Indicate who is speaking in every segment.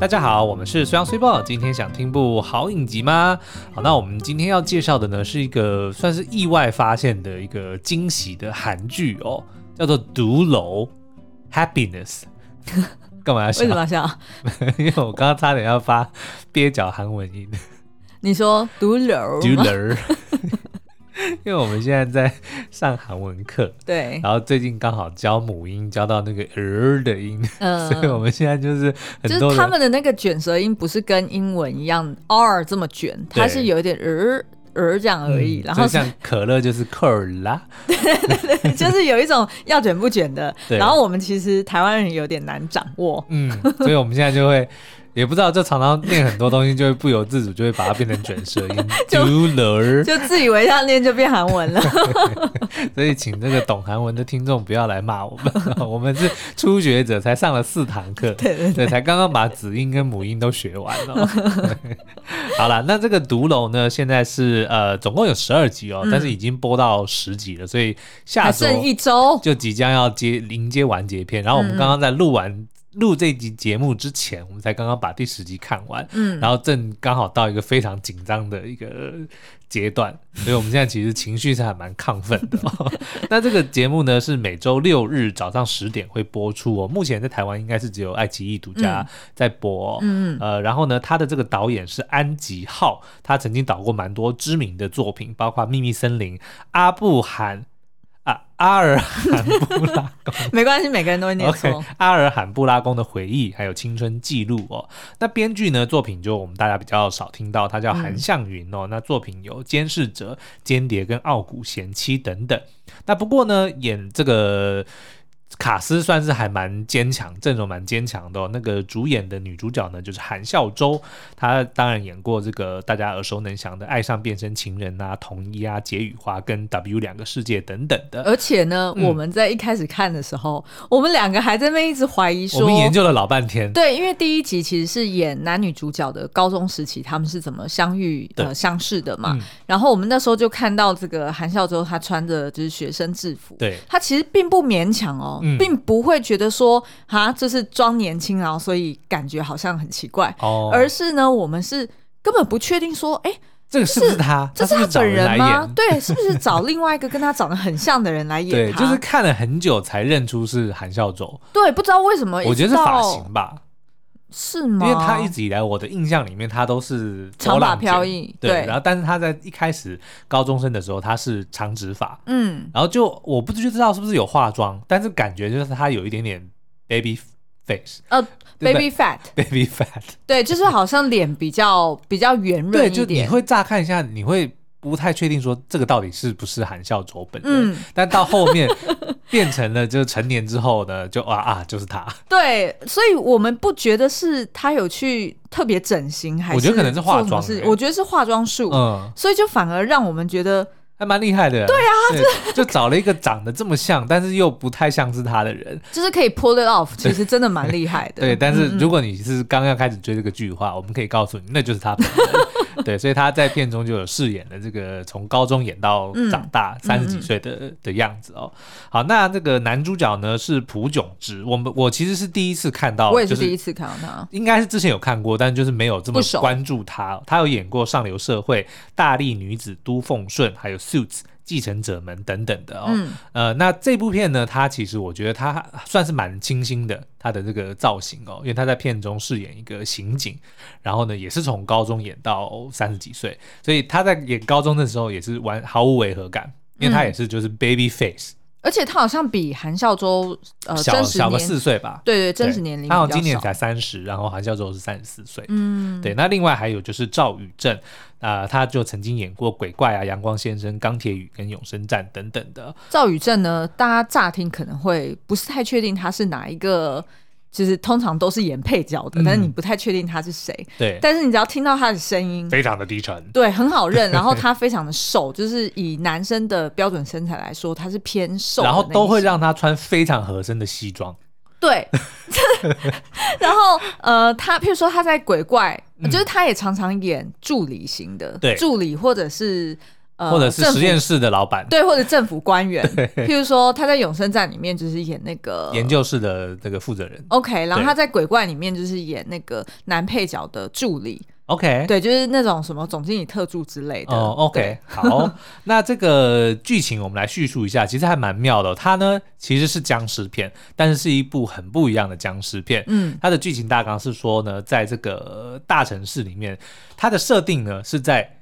Speaker 1: 大家好，我们是虽然虽报，今天想听部好影集吗？好，那我们今天要介绍的呢，是一个算是意外发现的一个惊喜的韩剧哦，叫做《独楼 Happiness》。干嘛要笑
Speaker 2: 为什？么要笑？
Speaker 1: 因为我刚刚差点要发蹩脚韩文音。
Speaker 2: 你说毒瘤
Speaker 1: d
Speaker 2: 吗？
Speaker 1: e 因为我们现在在上韩文课，
Speaker 2: 对，
Speaker 1: 然后最近刚好教母音，教到那个儿的音，
Speaker 2: 嗯、
Speaker 1: 所以我们现在就是很
Speaker 2: 就
Speaker 1: 多
Speaker 2: 是他
Speaker 1: 人
Speaker 2: 们的那个卷舌音不是跟英文一样 r 这么卷，它是有一点儿儿这样而已，
Speaker 1: 嗯
Speaker 2: 然
Speaker 1: 所
Speaker 2: 后
Speaker 1: 以像可乐就是可儿啦，
Speaker 2: 就是有一种要卷不卷的。
Speaker 1: 对
Speaker 2: 然后我们其实台湾人有点难掌握，
Speaker 1: 嗯，所以我们现在就会。也不知道，就常常念很多东西，就会不由自主就会把它变成卷舌音
Speaker 2: 就
Speaker 1: d 了。
Speaker 2: 就自以为这样念就变韩 文了。
Speaker 1: 所以请这个懂韩文的听众不要来骂我们， 我们是初学者，才上了四堂课，
Speaker 2: 对对
Speaker 1: 对，才刚刚把子音跟母音都学完了。 好啦，那这个独楼呢，现在是呃总共有十二集哦，但是已经播到十集了，所以下
Speaker 2: 还
Speaker 1: 周
Speaker 2: 剩一周，
Speaker 1: 就即将要接迎接完结篇。然后我们刚刚在录完录这集节目之前，我们才刚刚把第十集看完，
Speaker 2: 嗯，
Speaker 1: 然后正刚好到一个非常紧张的一个阶 段，所以我们现在其实情绪是还蛮亢奋的、 哦。那这个节目呢是每周六日早上十点会播出哦，目前在台湾应该是只有爱奇艺独家在播、哦。
Speaker 2: 嗯
Speaker 1: 呃，然后呢，他的这个导演是安吉浩，他曾经导过蛮多知名的作品，包括《秘密森林》《阿布罕》啊，阿尔罕布拉
Speaker 2: 没关系，每个人都会念
Speaker 1: OK，
Speaker 2: 错。
Speaker 1: 阿尔罕布拉宫的回忆，还有青春记录哦。那编剧呢？作品就我们大家比较少听到，他
Speaker 2: 嗯
Speaker 1: 叫韩向云哦。那作品有《监视者》《间谍》跟《傲骨贤妻》等等。那不过呢，演这个。卡斯算是还蛮坚强，阵容蛮坚强的、哦。那个主演的女主角呢，就是韩孝周，她当然演过这个大家耳熟能详的《爱上变身情人》啊、《同一》啊、《解语花》跟《W 两个世界》等等的。
Speaker 2: 而且呢，
Speaker 1: 嗯
Speaker 2: 我们在一开始看的时候，我们两个还在那边一直怀疑
Speaker 1: 我
Speaker 2: 说，
Speaker 1: 们研究了老半天，
Speaker 2: 对，因为第一集其实是演男女主角的高中时期，他们是怎么相遇
Speaker 1: 对
Speaker 2: 呃相识的嘛。
Speaker 1: 嗯
Speaker 2: 然后我们那时候就看到这个韩孝周，他穿着就是学生制服，
Speaker 1: 对，
Speaker 2: 他其实并不勉强哦，
Speaker 1: 嗯
Speaker 2: 并不会觉得说哈这是装年轻，然后所以感觉好像很奇怪，
Speaker 1: 哦，
Speaker 2: 而是呢我们是根本不确定说，哎，
Speaker 1: 这个是不是他？
Speaker 2: 这
Speaker 1: 是
Speaker 2: 是
Speaker 1: 不
Speaker 2: 他
Speaker 1: 是找
Speaker 2: 本
Speaker 1: 来
Speaker 2: 人吗
Speaker 1: 演？？
Speaker 2: 对，是不是找另外一个跟他长得很像的人来演
Speaker 1: 对，
Speaker 2: 他？
Speaker 1: 就是看了很久才认出是韩孝周，
Speaker 2: 对，不知道为什么，
Speaker 1: 我觉得是
Speaker 2: 一直
Speaker 1: 发
Speaker 2: 到
Speaker 1: 型吧，
Speaker 2: 是
Speaker 1: 因
Speaker 2: 吗？
Speaker 1: 为他一直以来我的印象里面他都是波
Speaker 2: 长
Speaker 1: 浪
Speaker 2: 发
Speaker 1: 卷
Speaker 2: 飘，逸，
Speaker 1: 对，然后但是他在一开始高中生的时候他是长直发，
Speaker 2: 嗯。
Speaker 1: 然后就我不知就知道是不是有化妆，但是感觉就是他有一点点 baby face，
Speaker 2: 呃
Speaker 1: 对不对
Speaker 2: ，baby fat，
Speaker 1: baby fat，
Speaker 2: 对，就是好像脸比较比较圆
Speaker 1: 对，
Speaker 2: 润
Speaker 1: 就
Speaker 2: 一
Speaker 1: 你
Speaker 2: 点。
Speaker 1: 会乍看一下你会。不太确定说这个到底是不是韩孝周本人，
Speaker 2: 嗯
Speaker 1: 但到后面变成了就是成年之后呢，就啊啊就是他，
Speaker 2: 对，所以我们不觉得是他有去特别整形，还是
Speaker 1: 我觉得可能是化妆
Speaker 2: 做什么事
Speaker 1: 欸
Speaker 2: 我觉得是化妆术，
Speaker 1: 嗯，
Speaker 2: 所以就反而让我们觉得
Speaker 1: 还蛮厉害的。对啊，就找了一个长得这么像，但是又不太像是他的人。
Speaker 2: 就是可以 pull it off，其实真的蛮厉害的。
Speaker 1: 对，但是
Speaker 2: 嗯嗯
Speaker 1: 如果你是刚要开始追这个剧的话，我们可以告诉你，那就是 他本人。对，所以他在片中就有饰演的这个从高中演到长
Speaker 2: 嗯
Speaker 1: 大三十、30几岁的的样子哦。好，那这个男主角呢是朴炯植，我们我其实是第一次看到，
Speaker 2: 我也是
Speaker 1: 就是
Speaker 2: 第一次看到他，
Speaker 1: 应该是之前有看过，但就是没有这么
Speaker 2: 不熟
Speaker 1: 关注他。他有演过《上流社会》《大力女子都奉顺》，还有《Suits》。继承者们等等的哦，
Speaker 2: 嗯
Speaker 1: 呃，那这部片呢，它其实我觉得它算是蛮清新的，它的这个造型哦，因为他在片中饰演一个刑警，然后呢，也是从高中演到三十几岁，所以他在演高中的时候也是完毫无违和感，因
Speaker 2: 嗯
Speaker 1: 为他也是就是 baby face，、
Speaker 2: 而且他好像比韩孝周呃
Speaker 1: 小
Speaker 2: 真实
Speaker 1: 小个
Speaker 2: 年
Speaker 1: 四岁吧，
Speaker 2: 对
Speaker 1: 对
Speaker 2: 对真实年龄比
Speaker 1: 他好
Speaker 2: 较
Speaker 1: 像今年
Speaker 2: 少
Speaker 1: 才三十，然后韩孝周是三十四岁，
Speaker 2: 嗯
Speaker 1: 对，那另外还有就是赵宇镇，啊、他就曾经演过《鬼怪》啊、《阳光先生》、《钢铁雨》跟《永生战》等等的。
Speaker 2: 赵宇正呢，大家乍听可能会不是太确定他是哪一个，就是通常都是演配角的，
Speaker 1: 嗯
Speaker 2: 但是你不太确定他是谁。
Speaker 1: 对，
Speaker 2: 但是你只要听到他的声音，
Speaker 1: 非常的低沉。
Speaker 2: 对，很好 认。然后他非常的瘦，就是以男生的标准身材来说，他是偏瘦的那
Speaker 1: 然
Speaker 2: 一
Speaker 1: 后
Speaker 2: 型，
Speaker 1: 都会让他穿非常合身的西装，
Speaker 2: 对。 然后呃，他譬如说他在鬼怪，
Speaker 1: 嗯
Speaker 2: 就是他也常常演助理型的
Speaker 1: 对，
Speaker 2: 助理或者是。呃，
Speaker 1: 或者是
Speaker 2: 政府
Speaker 1: 实验室的老板，
Speaker 2: 对，或者政府 官员，譬如说他在永生站里面就是演那个
Speaker 1: 研究室的这个负责人。
Speaker 2: OK，然后
Speaker 1: 对
Speaker 2: 他在鬼怪里面就是演那个男配角的助理，
Speaker 1: OK，
Speaker 2: 对，就是那种什么总经理特助之类的。
Speaker 1: 哦，OK，
Speaker 2: 对
Speaker 1: 好， 那这个剧情我们来叙述一下，其实还蛮妙的哦、它呢其实是僵尸片，但是是一部很不一样的僵尸片。
Speaker 2: 嗯，
Speaker 1: 它的剧情大纲是说呢，在这个呃大城市里面，它的设定呢是在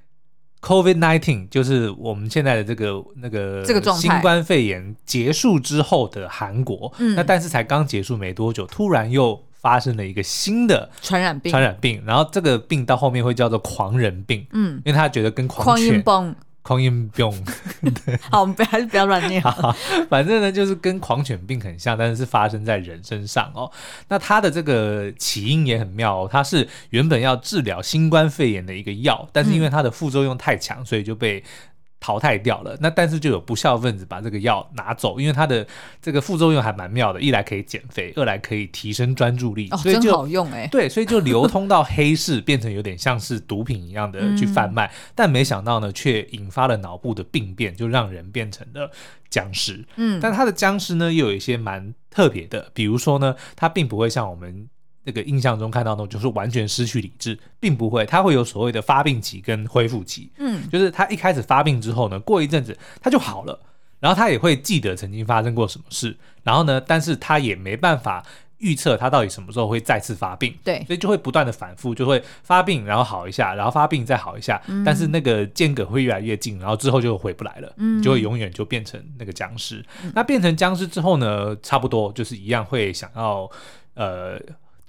Speaker 1: COVID nineteen，就是我们现在的这个那个
Speaker 2: 这个状态
Speaker 1: 新冠肺炎结束之后的韩国。
Speaker 2: 嗯
Speaker 1: 那但是才刚结束没多久，突然又发生了一个新的
Speaker 2: 传染病，
Speaker 1: 传染病，然后这个病到后面会叫做狂人病。
Speaker 2: 嗯，
Speaker 1: 因为他觉得跟狂
Speaker 2: 狂音
Speaker 1: 犬、
Speaker 2: 泵，
Speaker 1: 狂犬病，
Speaker 2: 好，我们不要还是不要 乱念。
Speaker 1: 啊反正呢就是跟狂犬病很像，但是是发生在人身上哦。那它的这个起因也很妙哦，它是原本要治疗新冠肺炎的一个药，但是因为它的副作用太强，所以就被。淘汰掉了，那但是就有不孝分子把这个药拿走，因为它的这个副作用还蛮妙的，一来可以减肥，二来可以提升专注力，
Speaker 2: 哦，
Speaker 1: 所以
Speaker 2: 真
Speaker 1: 就
Speaker 2: 好用哎、
Speaker 1: 对，所以就流通到黑市，变成有点像是毒品一样的去
Speaker 2: 嗯
Speaker 1: 贩卖，但没想到呢，却引发了脑部的病变，就让人变成了僵尸。
Speaker 2: 嗯，
Speaker 1: 但它的僵尸呢，又有一些蛮特别的，比如说呢，它并不会像我们。那个印象中看到那种就是完全失去理智，并不会，它会有所谓的发病期跟恢复期。
Speaker 2: 嗯，
Speaker 1: 就是他一开始发病之后呢，过一阵子他就好了，然后他也会记得曾经发生过什么事，然后呢，但是他也没办法预测他到底什么时候会再次发病。
Speaker 2: 对，
Speaker 1: 所以就会不断的反复，就会发病，然后好一下，然后发病再好一下，
Speaker 2: 嗯
Speaker 1: 但是那个间隔会越来越近，然后之后就回不来了，
Speaker 2: 嗯
Speaker 1: 就会永远就变成那个僵尸。那变成僵尸之后呢，差不多就是一样会想要呃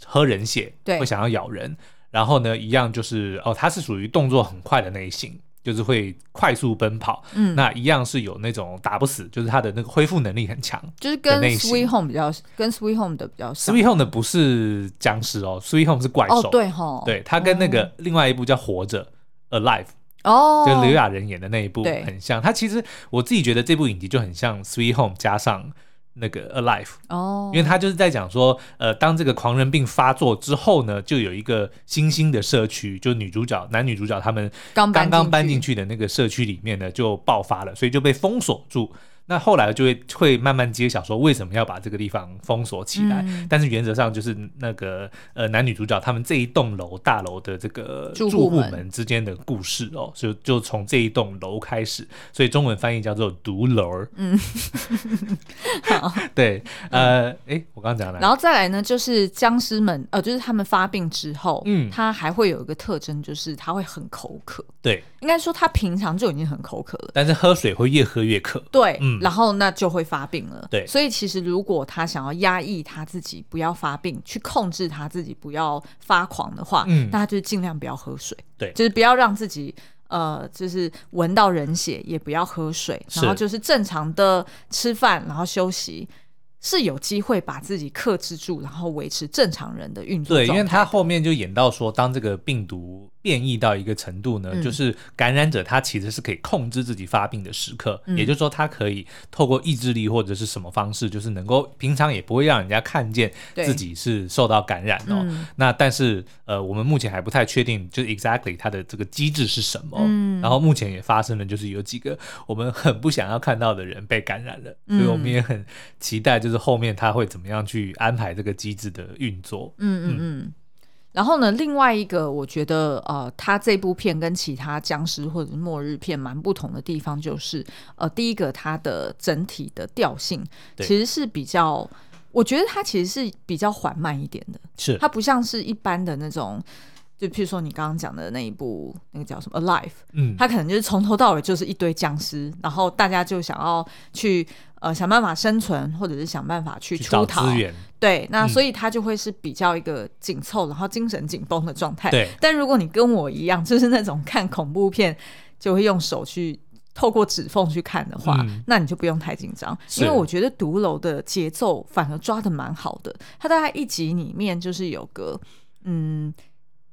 Speaker 1: 喝人血，
Speaker 2: 对
Speaker 1: 会想要咬人，然后呢一样就是哦，它是属于动作很快的类型。就是会快速奔跑，
Speaker 2: 嗯
Speaker 1: 那一样是有那种打不死，就是它的那个恢复能力很强，
Speaker 2: 就是跟
Speaker 1: 的类型
Speaker 2: Sweet Home 比较，跟 Sweet Home 的比较像。
Speaker 1: Sweet Home 的不是僵尸哦，Sweet Home 是怪兽。
Speaker 2: 哦，对吼，
Speaker 1: 对，它跟那个另外一部叫《活着》（Alive），
Speaker 2: 哦，
Speaker 1: 就是刘亚仁演的那一部
Speaker 2: 对
Speaker 1: 很像。它其实我自己觉得这部影集就很像《Sweet Home》加上那个《Alive》，
Speaker 2: 哦
Speaker 1: 因，为它就是在讲说，呃，当这个狂人病发作之后呢，就有一个新兴的社区，就女主角、男女主角他们
Speaker 2: 刚
Speaker 1: 刚刚搬进
Speaker 2: 去，
Speaker 1: 去的那个社区里面呢，就爆发了，所以就被封锁住。那后来就会会慢慢揭晓说为什么要把这个地方封锁起来，
Speaker 2: 嗯
Speaker 1: 但是原则上就是那个呃男女主角他们这一栋楼大楼的这个
Speaker 2: 住户
Speaker 1: 户
Speaker 2: 们
Speaker 1: 们之间的故事哦，就就从这一栋楼开始，所以中文翻译叫做独楼。 嗯，对，呃，诶，我刚刚讲了，
Speaker 2: 然后再来呢，就是僵尸们，呃，就是他们发病之后，
Speaker 1: 嗯
Speaker 2: 他还会有一个特征，就是他会很口渴。
Speaker 1: 对，
Speaker 2: 应该说他平常就已经很口渴了。
Speaker 1: 但是喝水会越喝越渴，
Speaker 2: 对，
Speaker 1: 嗯
Speaker 2: 然后那就会发病了。
Speaker 1: 对
Speaker 2: 所以其实如果他想要压抑他自己不要发病，去控制他自己不要发狂的话，
Speaker 1: 嗯
Speaker 2: 那他就尽量不要喝水，
Speaker 1: 对
Speaker 2: 就是不要让自己呃，就是闻到人血，也不要喝水，
Speaker 1: 是
Speaker 2: 然后就是正常的吃饭，然后休息，是有机会把自己克制住，然后维持正常人的运作
Speaker 1: 对，因
Speaker 2: 状
Speaker 1: 为
Speaker 2: 态
Speaker 1: 他后面就演到说，当这个病毒变异到一个程度呢，
Speaker 2: 嗯
Speaker 1: 就是感染者他其实是可以控制自己发病的时刻，
Speaker 2: 嗯
Speaker 1: 也就是说他可以透过意志力或者是什么方式，就是能够平常也不会让人家看见
Speaker 2: 对
Speaker 1: 自己是受到感染哦。
Speaker 2: 嗯
Speaker 1: 那但是呃，我们目前还不太确定，就是 exactly 它的这个机制是什么。
Speaker 2: 嗯
Speaker 1: 然后目前也发生了，就是有几个我们很不想要看到的人被感染了，所以我们
Speaker 2: 嗯
Speaker 1: 也很期待，就是后面他会怎么样去安排这个机制的运作。
Speaker 2: 嗯嗯嗯。然后呢，另外一个我觉得，呃，他这部片跟其他僵尸或者是末日片蛮不同的地方，就是，呃，第一个它的整体的调性
Speaker 1: 对
Speaker 2: 其实是比较，我觉得它其实是比较缓慢一点的，
Speaker 1: 是
Speaker 2: 它不像是一般的那种，就譬如说你刚刚讲的那一部那个叫什么《Alive》，
Speaker 1: 嗯，
Speaker 2: 他可能就是从头到尾就是一堆僵尸，然后大家就想要去呃想办法生存，或者是想办法去
Speaker 1: 去找
Speaker 2: 出逃
Speaker 1: 资，源，
Speaker 2: 对，
Speaker 1: 嗯
Speaker 2: 那所以他就会是比较一个紧凑，然后精神紧绷的状态。
Speaker 1: 对
Speaker 2: 但如果你跟我一样，就是那种看恐怖片就会用手去透过指缝去看的话，
Speaker 1: 嗯
Speaker 2: 那你就不用太紧张，
Speaker 1: 是
Speaker 2: 因为我觉得独楼的节奏反而抓的蛮好的。它大概一集里面就是有个嗯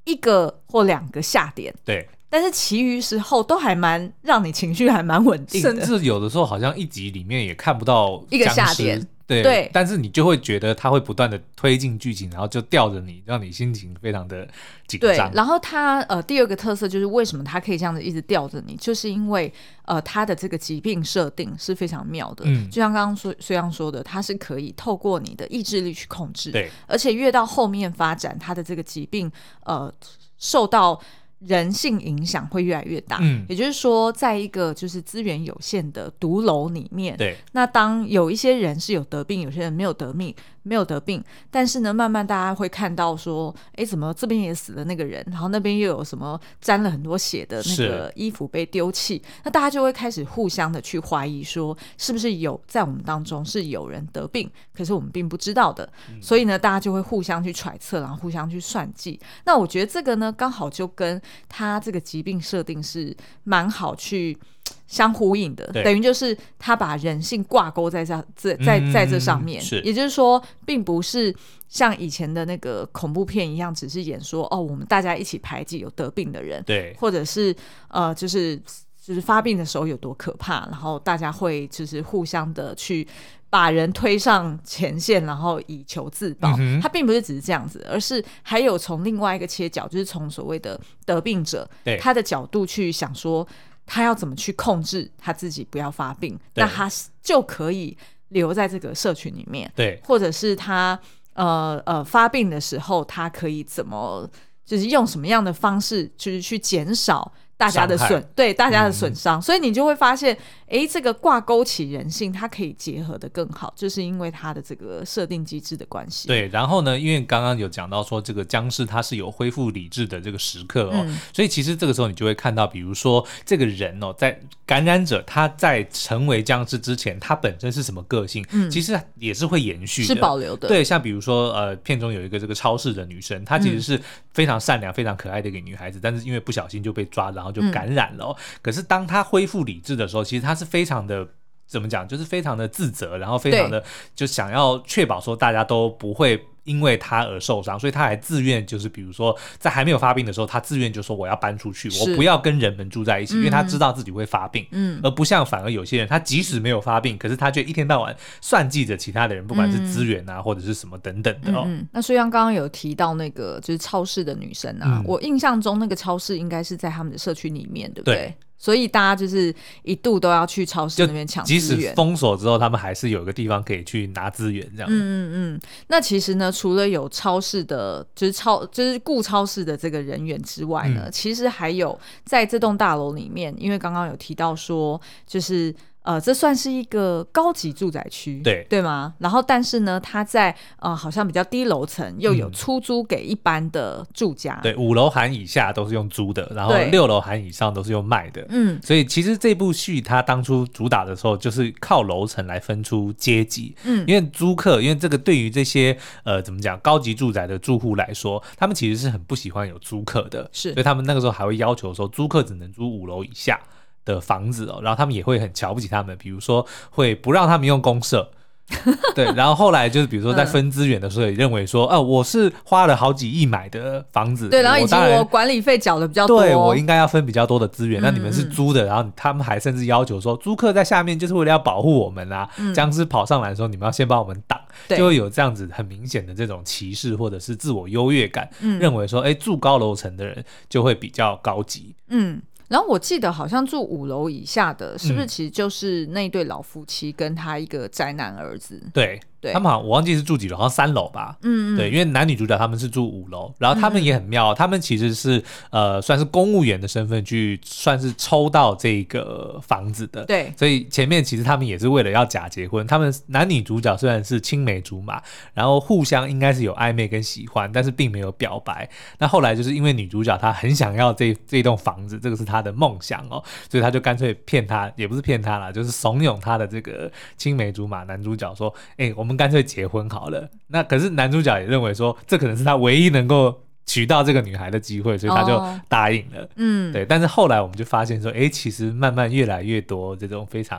Speaker 2: 一个或两个下点，
Speaker 1: 对，
Speaker 2: 但是其余时候都还蛮让你情绪还蛮稳定的，
Speaker 1: 甚至有的时候好像一集里面也看不到
Speaker 2: 一个
Speaker 1: 僵
Speaker 2: 下
Speaker 1: 尸
Speaker 2: 点
Speaker 1: 对
Speaker 2: 对
Speaker 1: 但是你就会觉得它会不断的推进剧情，然后就吊着你，让你心情非常的紧
Speaker 2: 对
Speaker 1: 张，。
Speaker 2: 然后它呃第二个特色就是为什么它可以这样子一直吊着你，就是因为呃它的这个疾病设定是非常妙的。
Speaker 1: 嗯
Speaker 2: 就像刚刚说虽然说的，它是可以透过你的意志力去控制。
Speaker 1: 对，
Speaker 2: 而且越到后面发展，它的这个疾病呃受到人性影响会越来越大。
Speaker 1: 嗯
Speaker 2: 也就是说，在一个就是资源有限的毒楼里面，
Speaker 1: 对，
Speaker 2: 那当有一些人是有得病，有些人没有得病，没有得病，但是呢，慢慢大家会看到说，诶，怎么这边也死了那个人，然后那边又有什么沾了很多血的那个衣服被丢弃，那大家就会开始互相的去怀疑说，是不是有在我们当中是有人得病，可是我们并不知道的，所以呢，大家就会互相去揣测，然后互相去算计。那我觉得这个呢，刚好就跟他这个疾病设定是蛮好去。相呼应的，
Speaker 1: 对
Speaker 2: 等于就是他把人性挂钩在这这在在这上面，
Speaker 1: 嗯是
Speaker 2: 也就是说，并不是像以前的那个恐怖片一样，只是演说哦，我们大家一起排挤有得病的人，
Speaker 1: 对，
Speaker 2: 或者是呃，就是就是发病的时候有多可怕，然后大家会就是互相的去把人推上前线，然后以求自保。
Speaker 1: 嗯哼
Speaker 2: 它并不是只是这样子，而是还有从另外一个切角，就是从所谓的得病者
Speaker 1: 对
Speaker 2: 他的角度去想说，他要怎么去控制他自己不要发病，
Speaker 1: 对
Speaker 2: 那他就可以留在这个社群里面。
Speaker 1: 对，
Speaker 2: 或者是他呃呃发病的时候，他可以怎么就是用什么样的方式，就是去减少大家的
Speaker 1: 伤害嗯
Speaker 2: 损对大家的损伤，所以你就会发现，诶，这个挂钩起人性，它可以结合的更好，就是因为它的这个设定机制的关系。
Speaker 1: 对，然后呢，因为刚刚有讲到说这个僵尸它是有恢复理智的这个时刻哦，
Speaker 2: 嗯
Speaker 1: 所以其实这个时候你就会看到，比如说这个人哦，在感染者他在成为僵尸之前，他本身是什么个性，其实也是会延续的，
Speaker 2: 嗯是保留的，
Speaker 1: 对，像比如说呃，片中有一个这个超市的女生，她其实是非常善良、非常可爱的一个女孩子，但是因为不小心就被抓，然后就感染了、哦。可是当她恢复理智的时候，其实她是非常的。怎么讲？就是非常的自责，然后非常的就想要确保说大家都不会因为她而受伤，所以她还自愿就是比如说在还没有发病的时候，她自愿就说我要搬出去，我
Speaker 2: 是
Speaker 1: 不要跟人们住在一起，因为她知道自己会发病。
Speaker 2: 嗯，
Speaker 1: 而不像反而有些人，他即使没有发病，可是他却一天到晚算计着其他的人，不管是资源啊、或者是什么等等的哦。
Speaker 2: 嗯，那虽然刚刚有提到那个就是超市的女生啊，
Speaker 1: 嗯
Speaker 2: 我印象中那个超市应该是在他们的社区里面，对不对？
Speaker 1: 对
Speaker 2: 所以大家就是一度都要去超市
Speaker 1: 就
Speaker 2: 那边抢
Speaker 1: 即
Speaker 2: 嗯资
Speaker 1: 使
Speaker 2: 源。
Speaker 1: 封锁之后，他们还是有一个地方可以去拿资源这样。
Speaker 2: 嗯嗯嗯，那其实呢，除了有超市的，就是超就是雇超市的这个人员之外
Speaker 1: 嗯
Speaker 2: 呢，其实还有在这栋大楼里面，因为刚刚有提到说，就是呃，这算是一个高级住宅区，
Speaker 1: 对
Speaker 2: 对吗？然后但是呢，它在呃好像比较低楼层，又有
Speaker 1: 嗯
Speaker 2: 出租给一般的住家，
Speaker 1: 对，五楼含以下都是用租的，然后
Speaker 2: 对
Speaker 1: 六楼含以上都是用卖的。
Speaker 2: 嗯，
Speaker 1: 所以其实这部剧它当初主打的时候，就是靠楼层来分出阶级。
Speaker 2: 嗯
Speaker 1: 因为租客，因为这个对于这些呃怎么讲高级住宅的住户来说，他们其实是很不喜欢有租客的，
Speaker 2: 是
Speaker 1: 所以他们那个时候还会要求说，租客只能租五楼以下的房子哦，然后他们也会很瞧不起他们，比如说会不让他们用公 社。对，然后后来就是比如说在
Speaker 2: 嗯
Speaker 1: 分资源的时候，也认为说，啊，我是花了好几亿买的房子，
Speaker 2: 对，然后以及
Speaker 1: 当然
Speaker 2: 我管理费缴的比较多，
Speaker 1: 对我应该要分比较多的资源，那你们是
Speaker 2: 嗯嗯
Speaker 1: 租的，然后他们还甚至要求说，租客在下面就是为了要保护我们啦、僵尸跑上来的时候，你们要先帮我们挡，
Speaker 2: 嗯对
Speaker 1: 就会有这样子很明显的这种歧视或者是自我优越感，
Speaker 2: 嗯
Speaker 1: 认为说，哎，住高楼层的人就会比较高级，
Speaker 2: 嗯，然后我记得好像住五楼以下的，是不是
Speaker 1: 嗯
Speaker 2: 其实就是那一对老夫妻跟他一个宅男儿子？
Speaker 1: 对。
Speaker 2: 对
Speaker 1: 他们好像我忘记是住几楼，好像三楼吧。
Speaker 2: 嗯
Speaker 1: 对，因为男女主角他们是住五楼，然后他们也很妙，他们其实是呃算是公务员的身份去算是抽到这个房子的。
Speaker 2: 对
Speaker 1: 所以前面其实他们也是为了要假结婚，他们男女主角虽然是青梅竹马，然后互相应该是有暧昧跟喜欢，但是并没有表白。那后来就是因为女主角她很想要这这栋房子，这个是她的梦想哦，所以她就干脆骗他，也不是骗他啦，就是怂恿他的这个青梅竹马男主角说：“哎、我们干脆结婚好了。”那可是男主角也认为说，这可能是他唯一能够。娶到这个女孩的机会，所以他就
Speaker 2: 哦
Speaker 1: 答应了。
Speaker 2: 嗯，
Speaker 1: 对，但是后来我们就发现说，诶，其实慢慢越来越多这种非常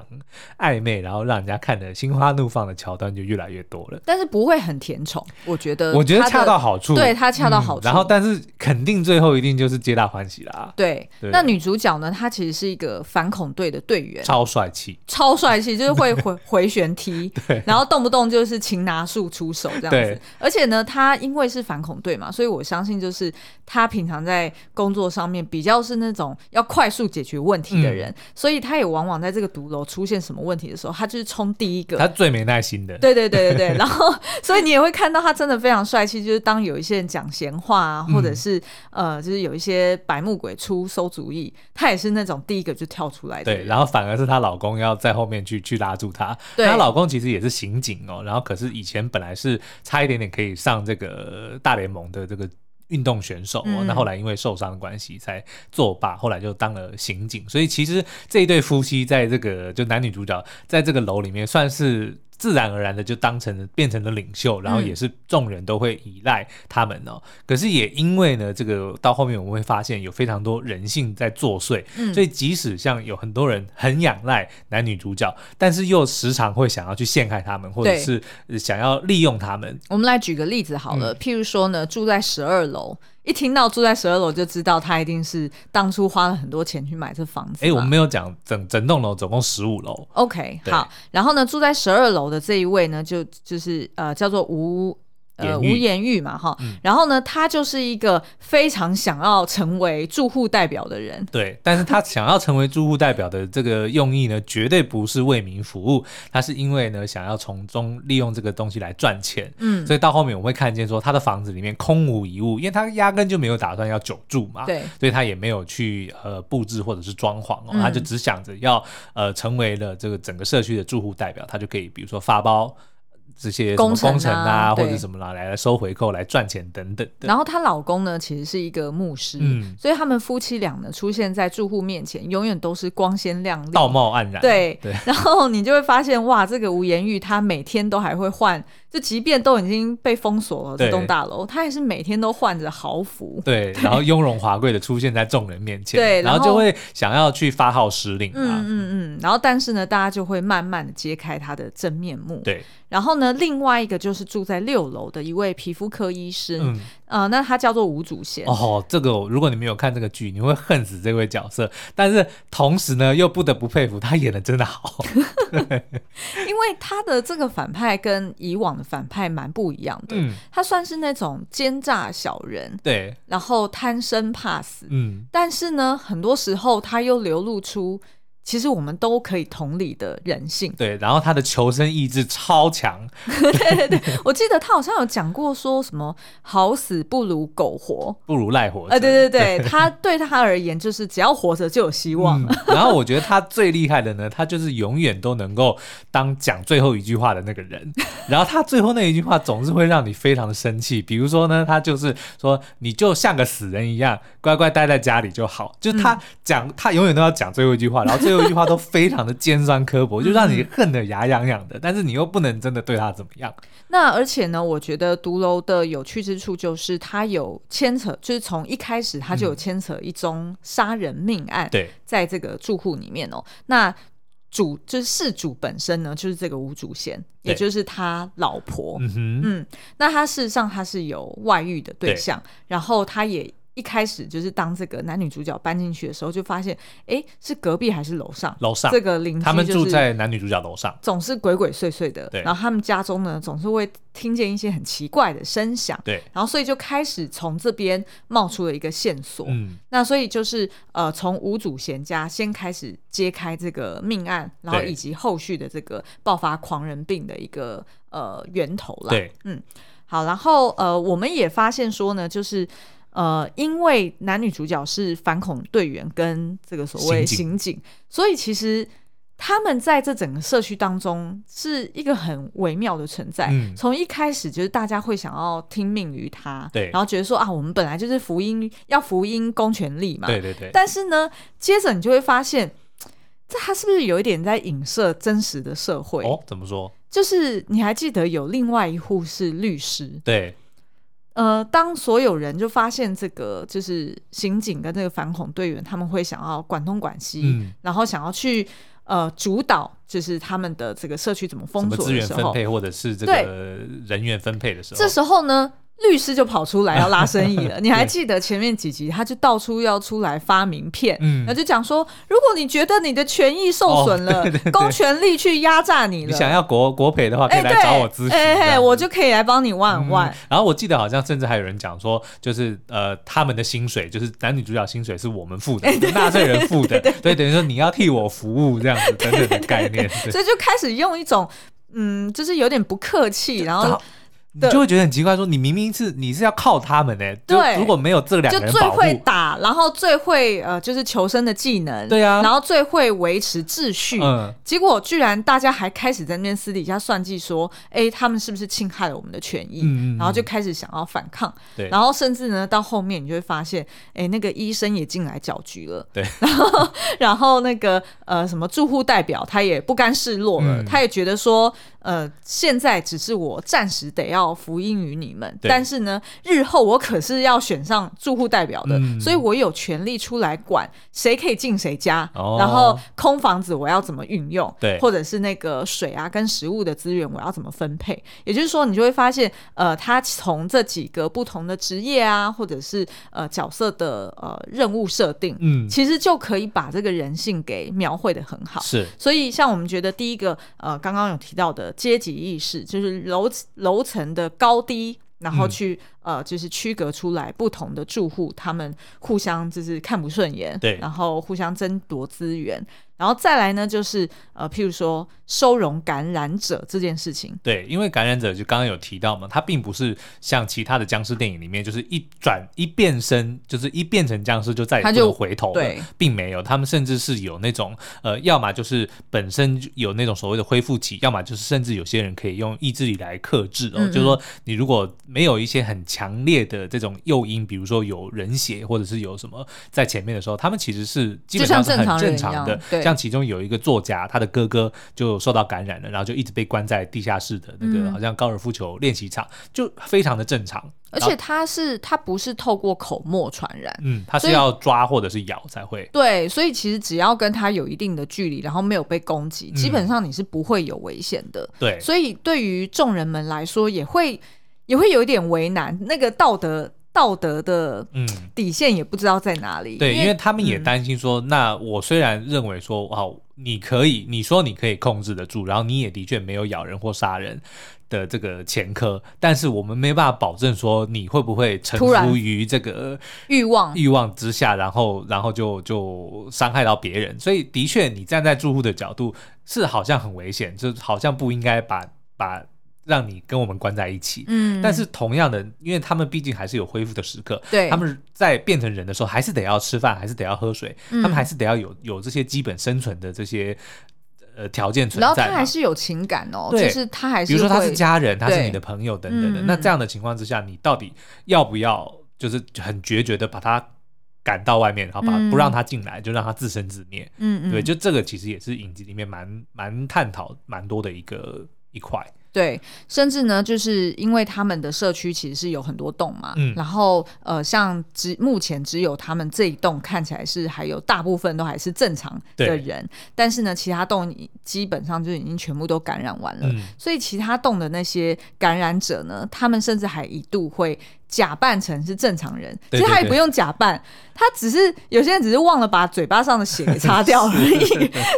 Speaker 1: 暧昧，然后让人家看得心花怒放的桥段就越来越多了。
Speaker 2: 但是不会很甜宠，我觉得，
Speaker 1: 我觉得恰到，好处，
Speaker 2: 呃对它恰到好
Speaker 1: 嗯然后，
Speaker 2: 处
Speaker 1: 但是肯定最后一定就是皆大欢喜啦，
Speaker 2: 对。
Speaker 1: 对
Speaker 2: 那女主角呢？她其实是一个反恐队的队员，
Speaker 1: 超帅气。
Speaker 2: 超帅气，就是会 回回旋踢，然后动不动就是擒拿术出手这样
Speaker 1: 对
Speaker 2: 子。而且呢，他因为是反恐队嘛，所以我相信就是他平常在工作上面比较是那种要快速解决问题的
Speaker 1: 嗯
Speaker 2: 人，所以他也往往在这个毒楼出现什么问题的时候，他就是冲第一个。
Speaker 1: 他最没耐心的，
Speaker 2: 对对对对对， 然后所以你也会看到他真的非常帅气，就是当有一些人讲闲话啊，或
Speaker 1: 嗯
Speaker 2: 者是、呃，就是有一些白目鬼出馊主意，他也是那种第一个就跳出来的
Speaker 1: 对，
Speaker 2: 人。
Speaker 1: 然后反而是她老公要在后面去去拉住她。
Speaker 2: 对
Speaker 1: 她老公其实也是刑警哦，然后可是以前本来是差一点点可以上这个呃大联盟的这个。运动选手、哦，
Speaker 2: 嗯
Speaker 1: 那后来因为受伤的关系才作罢，后来就当了刑警。所以其实这一对夫妻在这个就男女主角在这个楼里面算是自然而然的就当成变成了领袖，然后
Speaker 2: 嗯
Speaker 1: 也是众人都会依赖他们哦。可是也因为呢，这个到后面我们会发现有非常多人性在作祟，
Speaker 2: 嗯
Speaker 1: 所以即使像有很多人很仰赖男女主角，但是又时常会想要去陷害他们，或者
Speaker 2: 对
Speaker 1: 是呃想要利用他们。
Speaker 2: 我们来举个例子好
Speaker 1: 嗯
Speaker 2: 了，譬如说呢，住在十二楼，一听到住在十二楼就知道他一定是当初花了很多钱去买这房子嘛。
Speaker 1: 诶，我们没有讲整整栋楼总共十五楼，
Speaker 2: OK
Speaker 1: 对
Speaker 2: 好，然后呢，住在十二楼的这一位呢，就就是呃叫做吴。呃，
Speaker 1: 言
Speaker 2: 吴
Speaker 1: 语
Speaker 2: 言玉嘛，哈，
Speaker 1: 嗯
Speaker 2: 然后呢，他就是一个非常想要成为住户代表的人，
Speaker 1: 对，但是他想要成为住户代表的这个用意呢，绝对不是为民服务，他是因为呢想要从中利用这个东西来赚钱。
Speaker 2: 嗯，
Speaker 1: 所以到后面我们会看见说，他的房子里面空无一物，因为他压根就没有打算要久住嘛。
Speaker 2: 对，
Speaker 1: 所以他也没有去呃布置或者是装潢哦，
Speaker 2: 嗯
Speaker 1: 他就只想着要呃成为了这个整个社区的住户代表，他就可以比如说发包这些什么
Speaker 2: 工程啊
Speaker 1: 工程啊或
Speaker 2: 对
Speaker 1: 者什么啦来来收回扣来赚钱等等的。
Speaker 2: 然后她老公呢，其实是一个牧师，
Speaker 1: 嗯
Speaker 2: 所以他们夫妻俩呢出现在住户面前，永远都是光鲜亮丽，
Speaker 1: 道貌岸然，
Speaker 2: 对
Speaker 1: 对，
Speaker 2: 然后你就会发现，哇，这个吴言玉他每天都还会换，就即便都已经被封锁了
Speaker 1: 对
Speaker 2: 这栋大楼，他还是每天都换着豪服。
Speaker 1: 对，然后雍容华贵的出现在众人面前，
Speaker 2: 对
Speaker 1: 然
Speaker 2: 然后
Speaker 1: 就会想要去发号施令啊，
Speaker 2: 嗯嗯嗯，然后但是呢，大家就会慢慢的揭开他的真面目。
Speaker 1: 对，
Speaker 2: 然后呢，另外一个就是住在六楼的一位皮肤科医生，
Speaker 1: 嗯，
Speaker 2: 呃，那他叫做吴祖贤。
Speaker 1: 哦，这个如果你没有看这个剧，你会恨死这位角色，但是同时呢，又不得不佩服他演的真的好，
Speaker 2: 因为他的这个反派跟以往的反派蛮不一样的，
Speaker 1: 嗯，
Speaker 2: 他算是那种奸诈小人，
Speaker 1: 对，
Speaker 2: 然后贪生怕死，
Speaker 1: 嗯，。
Speaker 2: 但是呢，很多时候他又流露出其实我们都可以同理的人性
Speaker 1: 对，然后他的求生意志超强，
Speaker 2: 我记得他好像有讲过说什么“好死不如狗活
Speaker 1: 不如赖活”，着。
Speaker 2: 呃，对对对，他对他而言就是只要活着就有希 望。
Speaker 1: 嗯然后我觉得他最厉害的呢，他就是永远都能够当讲最后一句话的那个 人。然后他最后那一句话总是会让你非常的生气。比如说呢，他就是说你就像个死人一样，乖乖待在家里就好。就是
Speaker 2: 嗯
Speaker 1: 他讲，他永远都要讲最后一句话，然后最后一句话都非常的尖酸刻 薄，就让你恨得牙痒痒的。但是你又不能真的对他怎么样。
Speaker 2: 那而且呢，我觉得独楼的有趣之处就是他有牵扯，就是从一开始他就有牵扯一宗杀人命案，
Speaker 1: 对，
Speaker 2: 在这个住户里面哦。那主就是事主本身呢，就是这个吴祖贤，也
Speaker 1: 对
Speaker 2: 就是他老婆。
Speaker 1: 嗯哼，
Speaker 2: 嗯，那他事实上他是有外遇的对
Speaker 1: 对
Speaker 2: 象，然后他也一开始就是当这个男女主角搬进去的时候，就发现，哎，是隔壁还是楼上？
Speaker 1: 楼上
Speaker 2: 这个邻居、就是、
Speaker 1: 他们住在男女主角楼上。
Speaker 2: 总是鬼鬼祟祟的
Speaker 1: 对，
Speaker 2: 然后他们家中呢总是会听见一些很奇怪的声响，
Speaker 1: 对，
Speaker 2: 然后所以就开始从这边冒出了一个线索。
Speaker 1: 嗯，
Speaker 2: 那所以就是呃，从吴祖贤家先开始揭开这个命案，然后
Speaker 1: 对
Speaker 2: 以及后续的这个爆发狂人病的一个呃源头啦。
Speaker 1: 对，
Speaker 2: 好，然后呃，我们也发现说呢，就是呃，因为男女主角是反恐队员跟这个所
Speaker 1: 刑
Speaker 2: 谓
Speaker 1: 警
Speaker 2: 刑警，所以其实他们在这整个社区当中是一个很微妙的存在。
Speaker 1: 嗯
Speaker 2: 从一开始就是大家会想要听命于他，
Speaker 1: 对
Speaker 2: 然后觉得说啊，我们本来就是福音要福音公权力嘛，
Speaker 1: 对对对。
Speaker 2: 但是呢，接着你就会发现。这他是不是有一点在影射真实的社会？
Speaker 1: 哦哦，怎么说？
Speaker 2: 就是你还记得有另外一户是律师，
Speaker 1: 对，
Speaker 2: 呃，当所有人就发现这个就是刑警跟这个反恐队员，他们会想要管东管西，
Speaker 1: 嗯
Speaker 2: 然后想要去呃主导，就是他们的这个社区怎么
Speaker 1: 什
Speaker 2: 封
Speaker 1: 么
Speaker 2: 锁
Speaker 1: 资
Speaker 2: 的
Speaker 1: 源
Speaker 2: 时
Speaker 1: 分
Speaker 2: 候，
Speaker 1: 配或者是这
Speaker 2: 对
Speaker 1: 个人员分配的时候，
Speaker 2: 这时候呢，律师就跑出来要拉生意 了。你还记得前面几集，他就到处要出来发名片，
Speaker 1: 嗯哦
Speaker 2: 然后就讲说，如果你觉得你的权益受损了，公权力去压榨你
Speaker 1: 你
Speaker 2: 了，
Speaker 1: 想要国国培的话，可
Speaker 2: 哎
Speaker 1: 以
Speaker 2: 对，
Speaker 1: 来找我咨询。
Speaker 2: 哎
Speaker 1: 这
Speaker 2: 嘿，
Speaker 1: 样
Speaker 2: 我就可以来帮你万
Speaker 1: 嗯
Speaker 2: 万。
Speaker 1: 然后我记得好像甚至还有人讲说，就是呃，他们的薪水就是男女主角薪水是我们付的，
Speaker 2: 哎
Speaker 1: 纳税人付的，对，等于说你要替我服务这样子等等的概念，对
Speaker 2: 所以就开始用一种。嗯，就是有点不客气，然后
Speaker 1: 好你就会觉得很奇怪，说你明明是你是要靠他们呢、欸就
Speaker 2: 对
Speaker 1: 如果没有这两
Speaker 2: 就
Speaker 1: 个人
Speaker 2: 最
Speaker 1: 保护，
Speaker 2: 会打，然后最会呃，就是求生的技能，
Speaker 1: 对啊
Speaker 2: 然后最会维持秩序。
Speaker 1: 嗯，
Speaker 2: 结果居然大家还开始在那边私底下算计，说，哎，他们是不是侵害了我们的权益？
Speaker 1: 嗯嗯嗯
Speaker 2: 然后就开始想要反抗。
Speaker 1: 对
Speaker 2: 然后甚至呢，到后面你就会发现，哎，那个医生也进来搅局了。
Speaker 1: 对。
Speaker 2: 然后， 然后那个呃，什么住户代表他也不甘示弱了，
Speaker 1: 嗯
Speaker 2: 他也觉得说，呃，现在只是我暂时得要服膺于你们，
Speaker 1: 对
Speaker 2: 但是呢，日后我可是要选上住户代表的，
Speaker 1: 嗯
Speaker 2: 所以我有权利出来管谁可以进谁家，
Speaker 1: 哦
Speaker 2: 然后空房子我要怎么运用，
Speaker 1: 对
Speaker 2: 或者是那个水啊跟食物的资源我要怎么分配。也就是说，你就会发现，呃，他从这几个不同的职业啊，或者是呃角色的呃任务设定，
Speaker 1: 嗯
Speaker 2: 其实就可以把这个人性给描绘的很好。
Speaker 1: 是
Speaker 2: 所以，像我们觉得第一个，呃，刚刚有提到的阶级意识，就是楼楼层的高低，然后去、呃，就是区隔出来不同的住户，他们互相就是看不顺眼，
Speaker 1: 对
Speaker 2: 然后互相争夺资源，然后再来呢，就是呃，譬如说收容感染者这件事情，
Speaker 1: 对，因为感染者就刚刚有提到嘛，他并不是像其他的僵尸电影里面，就是一转一变身，就是一变成僵尸就再也
Speaker 2: 他
Speaker 1: 不
Speaker 2: 就
Speaker 1: 能回头了
Speaker 2: 对，
Speaker 1: 并没有。他们甚至是有那种呃，要么就是本身就有那种所谓的恢复期，要么就是甚至有些人可以用意志力来克制哦，
Speaker 2: 嗯嗯
Speaker 1: 就是说你如果没有一些很强烈的这种诱因，比如说有人血或者是有什么在前面的时候，他们其实是基本上是很正常的
Speaker 2: 就像正常人一样，对
Speaker 1: 像其中有一个作家，他的哥哥就受到感染了，然后就一直被关在地下室的那个、
Speaker 2: 嗯
Speaker 1: 好像高尔夫球练习场，就非常的正常。
Speaker 2: 而
Speaker 1: 然后，
Speaker 2: 且它是它不是透过口沫传染，
Speaker 1: 嗯，他
Speaker 2: 所
Speaker 1: 是
Speaker 2: 以
Speaker 1: 要抓或者是咬才会。
Speaker 2: 对，所以其实只要跟他有一定的距离，然后没有被攻击，基本上你是不会有危险的。
Speaker 1: 对，
Speaker 2: 所以对于众人们来说，也会也会有一点为难，那个道德道德的
Speaker 1: 嗯。
Speaker 2: 底线也不知道在哪里。
Speaker 1: 对，因
Speaker 2: 因嗯
Speaker 1: 为他们也担心说，那我虽然认为说，哇，你可以，你说你可以控制得住，然后你也的确没有咬人或杀人的这个前科，但是我们没办法保证说你会不会臣
Speaker 2: 突然
Speaker 1: 服于这个
Speaker 2: 欲望
Speaker 1: 欲望之下，然后然后就就伤害到别人，所以的确，你站在住户的角度是好像很危险，就好像不应该把把让你跟我们关在一起。
Speaker 2: 嗯，
Speaker 1: 但是同样的，因为他们毕竟还是有恢复的时刻，
Speaker 2: 对
Speaker 1: 他们在变成人的时候，还是得要吃饭，还是得要喝水，
Speaker 2: 嗯
Speaker 1: 他们还是得要有有这些基本生存的这些呃条件存
Speaker 2: 然后
Speaker 1: 在
Speaker 2: 他
Speaker 1: 嘛。
Speaker 2: 还是有情感哦，
Speaker 1: 对
Speaker 2: 就是他还是
Speaker 1: 比如说他是
Speaker 2: 会
Speaker 1: 家人，他是
Speaker 2: 对
Speaker 1: 你的朋友等等的。
Speaker 2: 嗯嗯
Speaker 1: 那这样的情况之下，你到底要不要就是很决绝的把他赶到外面，然后把
Speaker 2: 嗯
Speaker 1: 不让他进来，就让他自生自灭？
Speaker 2: 嗯嗯
Speaker 1: 对，就这个其实也是影集里面蛮蛮探讨蛮多的一个一块。
Speaker 2: 对，甚至呢，就是因为他们的社区其实是有很多栋嘛，
Speaker 1: 嗯
Speaker 2: 然后呃，像只目前只有他们这一栋看起来是还有大部分都还是正常的
Speaker 1: 对
Speaker 2: 人，但是呢，其他栋基本上就已经全部都感染完了，
Speaker 1: 嗯，
Speaker 2: 所以其他栋的那些感染者呢，他们甚至还一度会假扮成是正常人，
Speaker 1: 对
Speaker 2: 其实他
Speaker 1: 对对
Speaker 2: 也不用假扮，他只是有些人只是忘了把嘴巴上的血给擦掉 而已。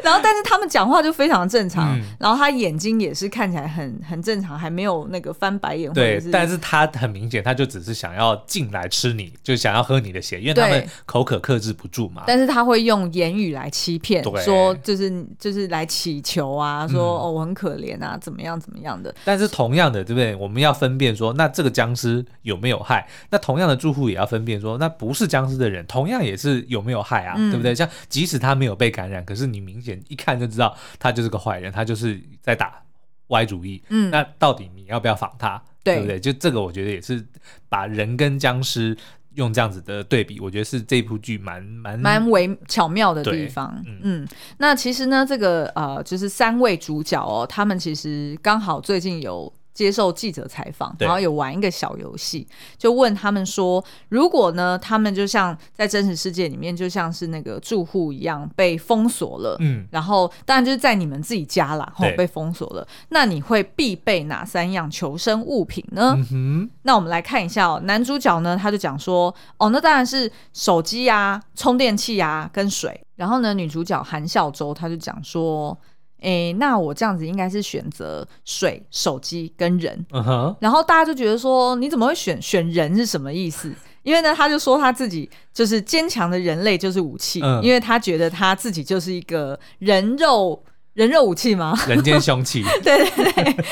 Speaker 2: 然后，但是他们讲话就非常正常，
Speaker 1: 嗯
Speaker 2: 然后他眼睛也是看起来很很正常，还没有那个翻白眼或者
Speaker 1: 对，
Speaker 2: 是
Speaker 1: 但是他很明显，他就只是想要进来吃你，就想要喝你的血，因为他们
Speaker 2: 对
Speaker 1: 口渴克制不住嘛。
Speaker 2: 但是他会用言语来欺骗
Speaker 1: 对，
Speaker 2: 说就是就是来祈求啊，说、
Speaker 1: 嗯
Speaker 2: 哦我很可怜啊，怎么样怎么样的，
Speaker 1: 但是同样的，对不对？我们要分辨说，那这个僵尸有没有害？那同样的住户也要分辨说，那不是僵尸的人，同样也是有没有害啊？
Speaker 2: 嗯
Speaker 1: 对不对？像即使他没有被感染，可是你明显一看就知道他就是个坏人，他就是在打歪主意。
Speaker 2: 嗯，
Speaker 1: 那到底你要不要防他？
Speaker 2: 对
Speaker 1: 不对？就这个，我觉得也是把人跟僵尸用这样子的对比，我觉得是这部剧蛮蛮
Speaker 2: 蛮微巧妙的地
Speaker 1: 嗯对
Speaker 2: 方。
Speaker 1: 嗯
Speaker 2: 嗯那其实呢，这个呃，就是三位主角哦，他们其实刚好最近有接受记者采访，
Speaker 1: 对
Speaker 2: 然后有玩一个小游戏，就问他们说，如果呢，他们就像在真实世界里面，就像是那个住户一样被封锁了，
Speaker 1: 嗯，
Speaker 2: 然后当然就是在你们自己家啦，吼
Speaker 1: 对
Speaker 2: 被封锁了，那你会必备哪三样求生物品呢？
Speaker 1: 嗯哼，
Speaker 2: 那我们来看一下哦，男主角呢，他就讲说，哦，那当然是手机啊、充电器啊跟水。然后呢，女主角韩孝周她就讲说，诶，那我这样子应该是选择水、手机跟人。
Speaker 1: 嗯哼，
Speaker 2: 然后大家就觉得说，你怎么会选选人是什么意思？因为呢，他就说他自己就是坚强的人类就是武器，
Speaker 1: 嗯
Speaker 2: 因为他觉得他自己就是一个人肉人肉武 器吗？
Speaker 1: 人间凶 器。
Speaker 2: 对对对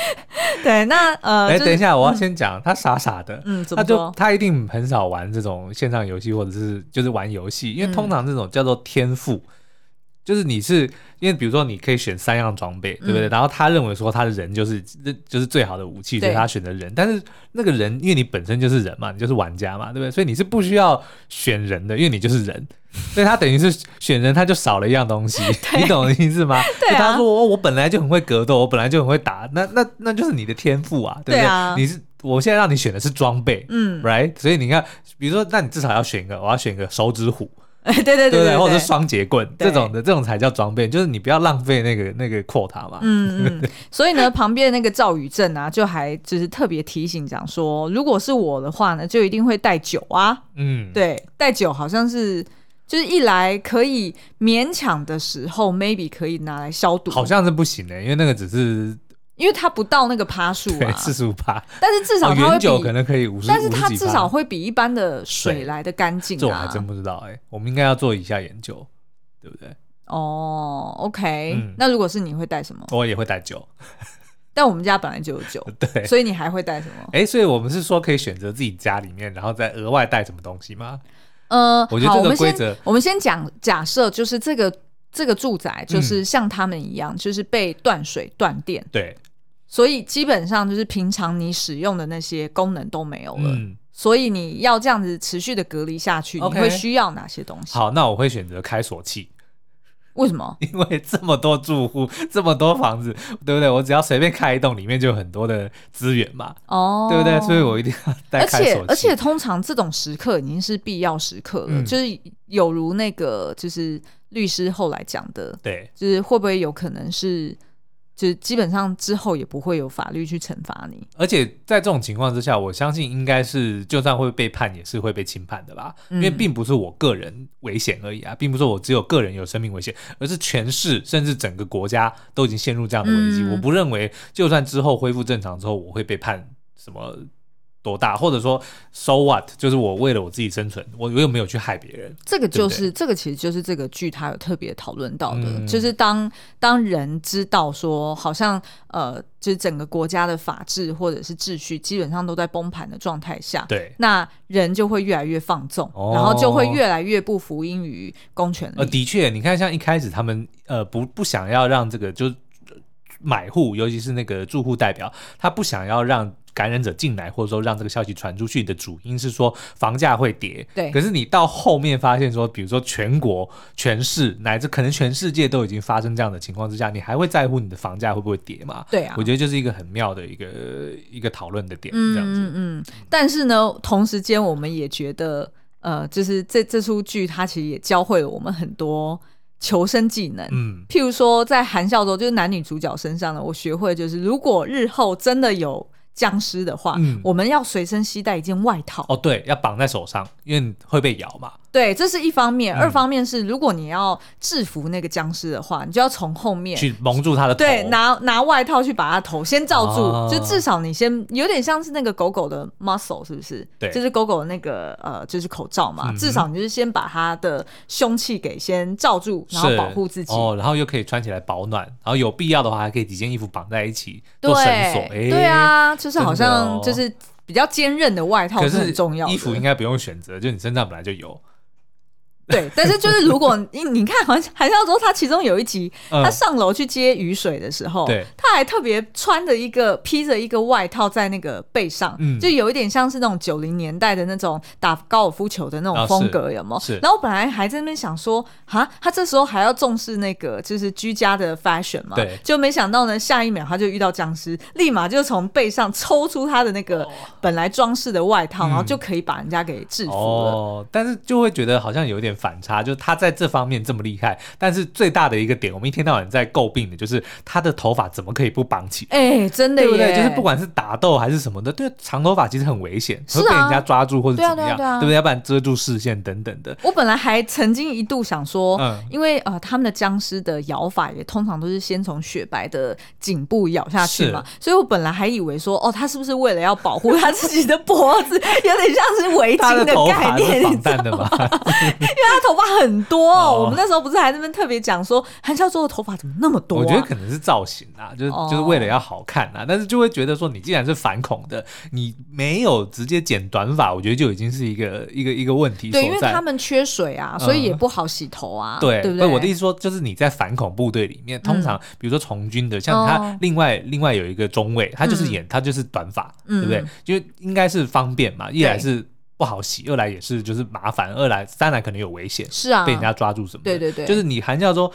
Speaker 2: 对，那呃，
Speaker 1: 哎、
Speaker 2: 就是
Speaker 1: 等一下，我要先讲，他傻傻的，
Speaker 2: 嗯，怎
Speaker 1: 他
Speaker 2: 么
Speaker 1: 就
Speaker 2: 说？
Speaker 1: 他一定很少玩这种线上游戏，或者是就是玩游戏，
Speaker 2: 嗯
Speaker 1: 因为通常这种叫做天赋，就是你是因为比如说你可以选三样装
Speaker 2: 嗯
Speaker 1: 备，对不对？然后他认为说他的人就是这就是最好的武器，
Speaker 2: 对
Speaker 1: 所以他选择人。但是那个人，因为你本身就是人嘛，你就是玩家嘛，对不对？所以你是不需要选人的，因为你就是 人。所以他等于是选人，他就少了一样东西，你懂我的意思吗？
Speaker 2: 对啊
Speaker 1: 就他说哦，我本来就很会格斗，我本来就很会打，那那那就是你的天赋啊，对不对？
Speaker 2: 对啊
Speaker 1: 你是我现在让你选的是装备，
Speaker 2: 嗯，
Speaker 1: right？所以你看，比如说，那你至少要选一个，我要选一个手指虎，
Speaker 2: 哎，对对对
Speaker 1: 对不
Speaker 2: 对，
Speaker 1: 或者是双节棍
Speaker 2: 对
Speaker 1: 这种的，这种才叫装备，就是你不要浪费那个那个 quota 嘛。
Speaker 2: 嗯，嗯，所以呢，旁边那个赵宇正啊，就还就是特别提醒讲说，如果是我的话呢，就一定会带酒啊。
Speaker 1: 嗯，
Speaker 2: 对，带酒好像是就是一来可以勉强的时候，maybe 可以拿来消毒，
Speaker 1: 好像是不行的、因为那个只是
Speaker 2: 因为它不到那个趴数
Speaker 1: 对
Speaker 2: 啊，
Speaker 1: 四十五趴，
Speaker 2: 但是至
Speaker 1: 哦
Speaker 2: 少它会
Speaker 1: 原
Speaker 2: 比，
Speaker 1: 酒可能可以五十，
Speaker 2: 但是它
Speaker 1: 50几
Speaker 2: 至
Speaker 1: 趴
Speaker 2: 少会比一般的水
Speaker 1: 对
Speaker 2: 来的干净
Speaker 1: 这我还
Speaker 2: 啊。
Speaker 1: 真不知道哎、我们应该要做以下研究，对不对？
Speaker 2: 哦，OK，、
Speaker 1: 嗯
Speaker 2: 那如果是你会带什么？
Speaker 1: 我也会带酒，
Speaker 2: 但我们家本来就有酒，
Speaker 1: 对。
Speaker 2: 所以你还会带什么？
Speaker 1: 哎、所以我们是说可以选择自己家里面，然后再额外带什么东西吗？
Speaker 2: 呃，
Speaker 1: 我觉得
Speaker 2: 好
Speaker 1: 这个
Speaker 2: 们
Speaker 1: 规
Speaker 2: 先
Speaker 1: 则
Speaker 2: 我们先讲假设，就是这个这个住宅
Speaker 1: 嗯
Speaker 2: 就是像他们一样，就是被断水断电，
Speaker 1: 对，
Speaker 2: 所以基本上就是平常你使用的那些功能都没有了。
Speaker 1: 嗯，
Speaker 2: 所以你要这样子持续的隔离下去，你
Speaker 1: OK
Speaker 2: 会需要哪些东西？
Speaker 1: 好，那我会选择开锁器。
Speaker 2: 为什么？
Speaker 1: 因为这么多住户，这么多房子，对不对？我只要随便开一栋，里面就有很多的资源嘛，
Speaker 2: 哦，
Speaker 1: 对不对？所以我一定要带
Speaker 2: 而
Speaker 1: 开
Speaker 2: 且
Speaker 1: 锁
Speaker 2: 而
Speaker 1: 器
Speaker 2: 且，通常这种时刻已经是必要时刻了，
Speaker 1: 嗯
Speaker 2: 就是有如那个就是律师后来讲的，
Speaker 1: 对，
Speaker 2: 就是会不会有可能是，就是基本上之后也不会有法律去惩罚你。
Speaker 1: 而且在这种情况之下，我相信应该是就算会被判，也是会被轻判的吧？因为
Speaker 2: 嗯
Speaker 1: 并不是我个人危险而已啊，并不是我只有个人有生命危险，而是全市甚至整个国家都已经陷入这样的危机。
Speaker 2: 嗯
Speaker 1: 我不认为，就算之后恢复正常之后，我会被判什么多大，或者说 so what，就是我为了我自己生存，我我有没有去害别人？
Speaker 2: 这个
Speaker 1: 对
Speaker 2: 就
Speaker 1: 不
Speaker 2: 是这个，其实就是这个剧它有特别讨论到的，
Speaker 1: 嗯
Speaker 2: 就是当当人知道说，好像呃，就是整个国家的法治或者是秩序基本上都在崩盘的状态下，
Speaker 1: 对。
Speaker 2: 那人就会越来越放纵，
Speaker 1: 哦
Speaker 2: 然后就会越来越不服膺于公权
Speaker 1: 呃，
Speaker 2: 力。
Speaker 1: 的确，你看，像一开始他们呃不不想要让这个就是呃买户，尤其是那个住户代表，他不想要让感染者进来，或者说让这个消息传出去的主因是说房价会跌。
Speaker 2: 对
Speaker 1: 可是你到后面发现说，比如说全国、全市乃至可能全世界都已经发生这样的情况之下，你还会在乎你的房价会不会跌吗？
Speaker 2: 对啊
Speaker 1: 我，觉得就是一个很妙的一个一个讨论的点，
Speaker 2: 嗯
Speaker 1: 这样子。
Speaker 2: 嗯嗯。但是呢，同时间我们也觉得，呃，就是这这出剧它其实也教会了我们很多求生技能。
Speaker 1: 嗯，
Speaker 2: 譬如说，在韩孝周就是男女主角身上呢，我学会就是，如果日后真的有僵尸的话，
Speaker 1: 嗯
Speaker 2: 我们要随身携带一件外套。
Speaker 1: 哦对，要绑在手上，因为你会被咬嘛。
Speaker 2: 对，这是一方面。
Speaker 1: 嗯
Speaker 2: 二方面是，如果你要制服那个僵尸的话，你就要从后面。
Speaker 1: 去蒙住他的头。
Speaker 2: 对，拿拿外套去把它头先罩住，
Speaker 1: 哦
Speaker 2: 就至少你先有点像是那个狗狗的 muscle，是不是？
Speaker 1: 对
Speaker 2: 就是狗狗的那个呃，就是口罩嘛。
Speaker 1: 嗯哼
Speaker 2: 至少你就是先把它的凶器给先罩住，然后
Speaker 1: 是
Speaker 2: 保护自己。
Speaker 1: 哦，然后又可以穿起来保暖，然后有必要的话还可以几件衣服绑在一起
Speaker 2: 对
Speaker 1: 做绳索。哎，
Speaker 2: 对，啊，就是
Speaker 1: 真
Speaker 2: 好
Speaker 1: 的
Speaker 2: 像
Speaker 1: 哦
Speaker 2: 就是比较坚韧的外套
Speaker 1: 可
Speaker 2: 是
Speaker 1: 是
Speaker 2: 很重要的。
Speaker 1: 衣服应该不用选择，就你身上本来就有。
Speaker 2: 对，但是就是如果你你看，好像韩孝周他其中有一集，
Speaker 1: 嗯
Speaker 2: 他上楼去接雨水的时候，
Speaker 1: 对
Speaker 2: 他还特别穿着一个披着一个外套在那个背上，
Speaker 1: 嗯
Speaker 2: 就有一点像是那种九零年代的那种打高尔夫球的那
Speaker 1: 啊是
Speaker 2: 种风格，有没有？
Speaker 1: 是
Speaker 2: 然后我本来还在那边想说，啊，他这时候还要重视那个就是居家的 fashion 嘛，
Speaker 1: 对
Speaker 2: 就没想到呢，下一秒他就遇到僵尸，立马就从背上抽出他的那个
Speaker 1: 哦
Speaker 2: 本来装饰的外套，然后就可以把人家给制服了。
Speaker 1: 嗯哦，但是就会觉得好像有点反差，就是他在这方面这么厉害，但是最大的一个点，我们一天到晚在诟病的就是他的头发怎么可以不绑起来？
Speaker 2: 哎、真的
Speaker 1: 对不
Speaker 2: 耶！
Speaker 1: 对？就是不管是打斗还是什么的，对长头发其实很危险，
Speaker 2: 是啊
Speaker 1: 会被人家抓住或者
Speaker 2: 对啊
Speaker 1: 怎么样，
Speaker 2: 对啊对啊
Speaker 1: 不对？要不然遮住视线等等的。
Speaker 2: 我本来还曾经一度想说，
Speaker 1: 嗯
Speaker 2: 因为呃，他们的僵尸的咬法也通常都是先从雪白的颈部咬下去嘛，所以我本来还以为说，哦，他是不是为了要保护他自己的脖子，有点像是围
Speaker 1: 他
Speaker 2: 巾
Speaker 1: 头
Speaker 2: 概
Speaker 1: 发是
Speaker 2: 念，你
Speaker 1: 防
Speaker 2: 知道
Speaker 1: 弹
Speaker 2: 吗？
Speaker 1: 的嘛？
Speaker 2: 因为他头发很多，
Speaker 1: 哦
Speaker 2: 我们那时候不是还在那边特别讲说，韩孝周的头发怎么那么多、啊？
Speaker 1: 我觉得可能是造型啊，就是、
Speaker 2: 哦
Speaker 1: 就是为了要好看啊，但是就会觉得说，你既然是反恐的，你没有直接剪短发，我觉得就已经是一个一个一个问题所在。
Speaker 2: 对，因为他们缺水啊，所以也
Speaker 1: 嗯
Speaker 2: 不好洗头啊，
Speaker 1: 对，
Speaker 2: 对不对？嗯
Speaker 1: 我的意思说，就是你在反恐部队里面，通常、比如说从军的，像他
Speaker 2: 哦
Speaker 1: 另外、另外有一个中尉，他就是演、他就是短发，对不对
Speaker 2: 嗯？
Speaker 1: 就应该是方便嘛，一来
Speaker 2: 对
Speaker 1: 是不好洗，二来也是就是麻烦，二来三来可能有危险，
Speaker 2: 是啊，
Speaker 1: 被人家抓住什么的。
Speaker 2: 对对对
Speaker 1: 就是你韩教说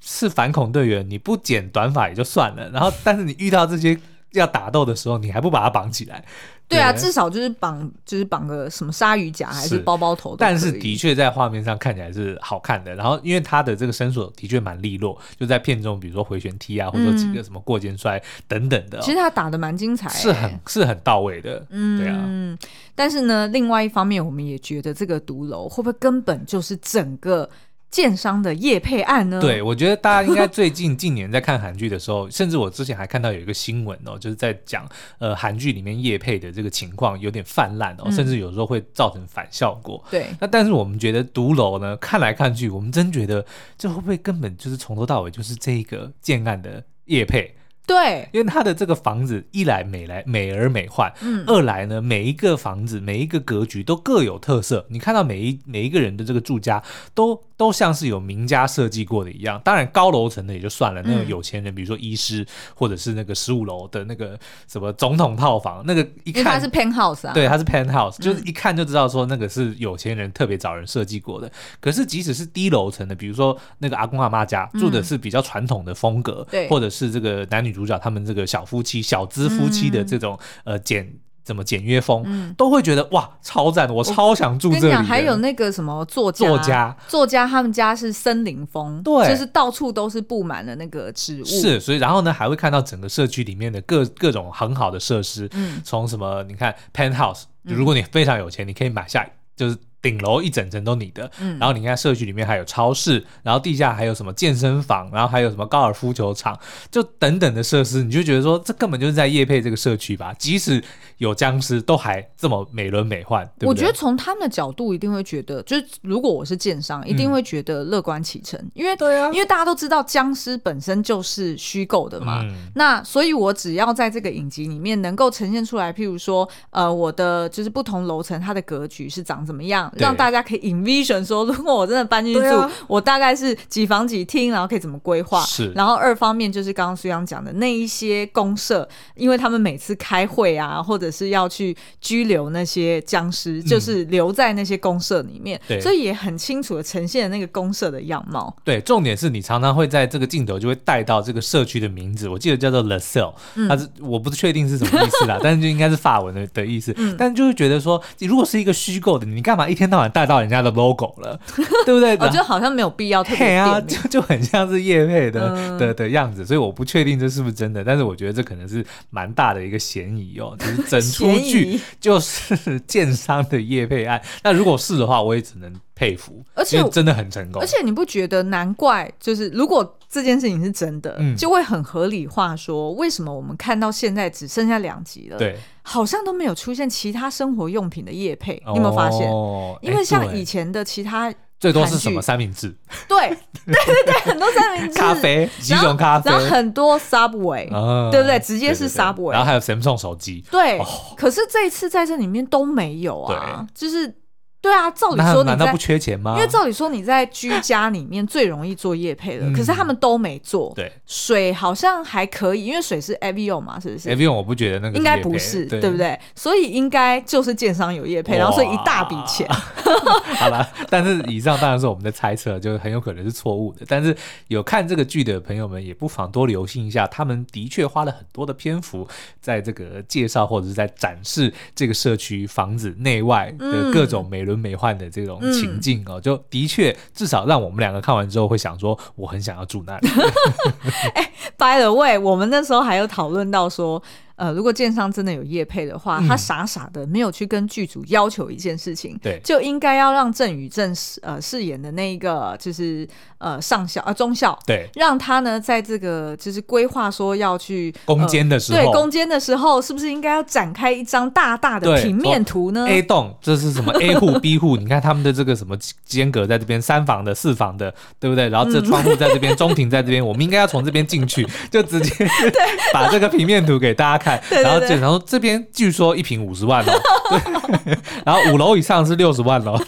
Speaker 1: 是反恐队员，你不剪短发也就算了，然后但是你遇到这些要打斗的时候，你还不把它绑起来，
Speaker 2: 对啊，
Speaker 1: 对
Speaker 2: 至少就是绑，就是绑个什么鲨鱼夹还是
Speaker 1: 是
Speaker 2: 包包头都可以，
Speaker 1: 但是的确在画面上看起来是好看的，然后因为他的这个身手的确蛮利落，就在片中，比如说回旋踢啊，或者说几个什么过肩摔等等的哦、
Speaker 2: 嗯其实他打的蛮精彩、欸
Speaker 1: 是很。是很到位的，嗯，对啊，
Speaker 2: 嗯，但是呢，另外一方面，我们也觉得这个毒楼会不会根本就是整个建商的业配案呢？
Speaker 1: 对，我觉得大家应该最近近年在看韩剧的时候， 甚至我之前还看到有一个新闻哦，就是在讲呃韩剧里面夜配的这个情况有点泛滥哦，甚至有时候会造成反效果。
Speaker 2: 对，
Speaker 1: 那但是我们觉得独楼呢，看来看去，我们真觉得这会不会根本就是从头到尾就是这个建案的业配？
Speaker 2: 对，
Speaker 1: 因为它的这个房子一来美来美而美幻，
Speaker 2: 嗯
Speaker 1: 二来呢每一个房子每一个格局都各有特色，你看到每一每一个人的这个住家都都像是有名家设计过的一样。当然高楼层的也就算了，那种
Speaker 2: 嗯
Speaker 1: 有钱人，比如说医师或者是那个十五楼的那个什么总统套房，那个一
Speaker 2: 因为它
Speaker 1: 看
Speaker 2: 是 penthouse 啊。
Speaker 1: 对，它是 penthouse，、就是一看就知道说那个是有钱人特别找人设计过的。可是即使是低楼层的，比如说那个阿公阿妈家住的是比较传统的风格，
Speaker 2: 嗯对
Speaker 1: 或者是这个男女主角他们这个小夫妻、小资夫妻的这种、
Speaker 2: 嗯
Speaker 1: 呃简怎么简约风，都会觉得哇超赞的，我超想住
Speaker 2: 跟
Speaker 1: 这
Speaker 2: 你
Speaker 1: 里
Speaker 2: 讲，
Speaker 1: 的。
Speaker 2: 还有那个什么作家，
Speaker 1: 作家，
Speaker 2: 作家他们家是森林风，
Speaker 1: 对
Speaker 2: 就是到处都是布满了那个植物，
Speaker 1: 是，所以然后呢，还会看到整个社区里面的各各种很好的设施，
Speaker 2: 嗯
Speaker 1: 从什么你看 penthouse，如果你非常有钱，你可以买下就是。顶楼一整层都你的，
Speaker 2: 嗯
Speaker 1: 然后你看社区里面还有超市，然后地下还有什么健身房，然后还有什么高尔夫球场，就等等的设施，你就觉得说这根本就是在夜配这个社区吧？即使有僵尸，都还这么美轮美奂，对不对？
Speaker 2: 我觉得从他们的角度一定会觉得，就是如果我是建商，一
Speaker 1: 嗯
Speaker 2: 定会觉得乐观其成，因为
Speaker 1: 对啊
Speaker 2: 因为大家都知道僵尸本身就是虚构的嘛。
Speaker 1: 嗯
Speaker 2: 那所以，我只要在这个影集里面能够呈现出来，譬如说，呃，我的就是不同楼层它的格局是长怎么样，
Speaker 1: 对
Speaker 2: 让大家可以 envision 说，如果我真的搬进去
Speaker 1: 对
Speaker 2: 住，
Speaker 1: 啊
Speaker 2: 我大概是几房几厅，然后可以怎么规划。
Speaker 1: 是
Speaker 2: 然后二方面就是刚刚苏阳讲的那一些公社，因为他们每次开会啊，或者是要去拘留那些僵尸，就是留在那些公社里面，
Speaker 1: 嗯对
Speaker 2: 所以也很清楚的呈现了那个公社的样貌。
Speaker 1: 对，重点是你常常会在这个镜头就会带到这个社区的名字，我记得叫做 La Cell，、它
Speaker 2: 嗯
Speaker 1: 是我不确定是什么意思 啦，但是就应该是法文的的意思。
Speaker 2: 嗯
Speaker 1: 但就会觉得说，如果是一个虚构的，你干嘛一天到晚带到人家的 logo 了， 对不对？
Speaker 2: 我觉得好像没有必要特 别
Speaker 1: 嘿啊，
Speaker 2: 点名嗯
Speaker 1: 就就很像是叶配的、的的样子，所以我不确定这是不是真的，但是我觉得这可能是蛮大的一个嫌疑哦，就是整出
Speaker 2: 嫌疑
Speaker 1: 剧 就是建商的叶配案。那如果是的话，我也只能佩服，
Speaker 2: 而且
Speaker 1: 因为真的很成功
Speaker 2: 而。且你不觉得难怪？就是如果这件事情是真的，
Speaker 1: 嗯
Speaker 2: 就会很合理化说，为什么我们看到现在只剩下两集了，，
Speaker 1: 对，
Speaker 2: 好像都没有出现其他生活用品的业配，你有没有发现？
Speaker 1: 哦
Speaker 2: 因为
Speaker 1: 哎
Speaker 2: 像
Speaker 1: 对
Speaker 2: 以前的其他
Speaker 1: 最多是什么
Speaker 2: 韩剧
Speaker 1: 三明治、
Speaker 2: 对 对对对，很多三明治、
Speaker 1: 咖啡，几
Speaker 2: 然后
Speaker 1: 种咖啡
Speaker 2: 然，后很多 Subway，、
Speaker 1: 啊
Speaker 2: 对不对？直接
Speaker 1: 对
Speaker 2: 是
Speaker 1: 对对
Speaker 2: Subway，
Speaker 1: 然后还有 Samsung 手机，
Speaker 2: 对
Speaker 1: 哦
Speaker 2: 可是这一次在这里面都没有啊，就是。对啊，照理
Speaker 1: 那
Speaker 2: 说你
Speaker 1: 难道
Speaker 2: 在
Speaker 1: 不，缺钱吗？
Speaker 2: 因为照理说你在居家里面最容易做业配了，
Speaker 1: 嗯
Speaker 2: 可是他们都没做。
Speaker 1: 对
Speaker 2: 水好像还可以，因为水是 Avio 嘛，是不是？
Speaker 1: ，Avion 哎我不觉得那个
Speaker 2: 应该
Speaker 1: 业
Speaker 2: 不
Speaker 1: 配
Speaker 2: 是，
Speaker 1: 对
Speaker 2: 对不？对？所以应该就是建商有业配，然后所以一大笔钱。
Speaker 1: 好了， 但是以上当然是我们的猜测，就是很有可能是错误的。但是有看这个剧的朋友们，也不妨多留心一下，他们的确花了很多的篇幅在这个介绍或者是在展示这个社区房子内外的各种美轮美奂的这种情境哦，就的确至少让我们两个看完之后会想说，我很想要住那里。
Speaker 2: By the way，我们那时候还有讨论到说，呃，如果建商真的有业配的
Speaker 1: 嗯
Speaker 2: 话，他傻傻的没有去跟剧组要求一件事情，
Speaker 1: 对
Speaker 2: 就应该要让郑宇正饰呃饰演的那一个就是呃上校啊、呃、中校，
Speaker 1: 对，
Speaker 2: 让他呢在这个就是规划说要去呃
Speaker 1: 攻坚的时候，
Speaker 2: 对攻坚的时候，是不是应该要展开一张大大的
Speaker 1: 对
Speaker 2: 平面图呢？
Speaker 1: A 栋这是 什么 A 户 B 户？你看他们的这个什么间隔在这边，三房的、四房的，对不对？然后
Speaker 2: 嗯
Speaker 1: 这窗户在这边，中庭在这边，我们应该要从这边进去，就直接 把这个平面图给大家看。
Speaker 2: 对对
Speaker 1: 然后
Speaker 2: 对
Speaker 1: 检查说这边据说一平五十万哦，对 然后五楼以上是六十万 哦。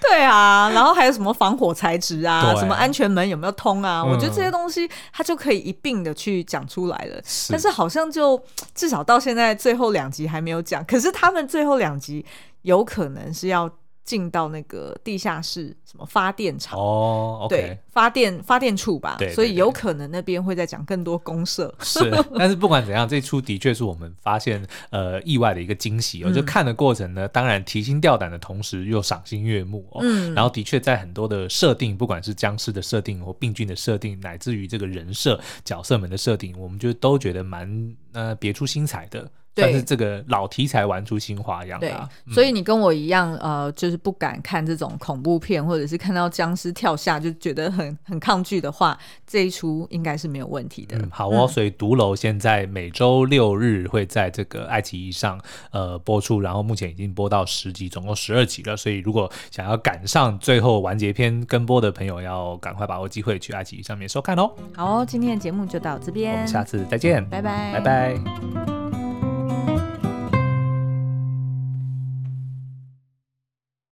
Speaker 2: 对啊，然后还有什么防火材质啊，
Speaker 1: 对
Speaker 2: 什么安全门有没有通啊？
Speaker 1: 嗯
Speaker 2: 我觉得这些东西它就可以一并的去讲出来了。
Speaker 1: 是
Speaker 2: 但是好像就至少到现在最后两集还没有讲，可是他们最后两集有可能是要进到那个地下室什么发电厂。
Speaker 1: 哦
Speaker 2: 对
Speaker 1: ，OK，，
Speaker 2: 发电发电处吧，
Speaker 1: 对对
Speaker 2: 所以
Speaker 1: 对
Speaker 2: 有可能那边会再讲更多公社。
Speaker 1: 是，但是不管怎样，这出的确是我们发现呃意外的一个惊喜
Speaker 2: 嗯
Speaker 1: 哦。就看的过程呢，当然提心吊胆的同时又赏心悦目哦。
Speaker 2: 嗯
Speaker 1: 然后的确在很多的设定，不管是僵尸的设定或病菌的设定，乃至于这个人设角色们的设定，我们就都觉得蛮呃别出心裁的。
Speaker 2: 对
Speaker 1: 但是这个老题材玩出新花样
Speaker 2: 对
Speaker 1: 啊，，
Speaker 2: 所以你跟我一样，呃，就是不敢看这种恐怖片，或者是看到僵尸跳下就觉得很很抗拒的话，这一出应该是没有问题的。
Speaker 1: 嗯，好哦，所以《毒楼》现在每周六日会在这个爱奇艺上呃播出，然后目前已经播到十集，总共十二集了。所以如果想要赶上最后完结篇跟播的朋友，要赶快把握机会去爱奇艺上面收看哦。
Speaker 2: 好哦、今天的节目就到这
Speaker 1: 我
Speaker 2: 边
Speaker 1: 们，下次再见，
Speaker 2: 拜
Speaker 1: 拜
Speaker 2: 拜，
Speaker 1: 拜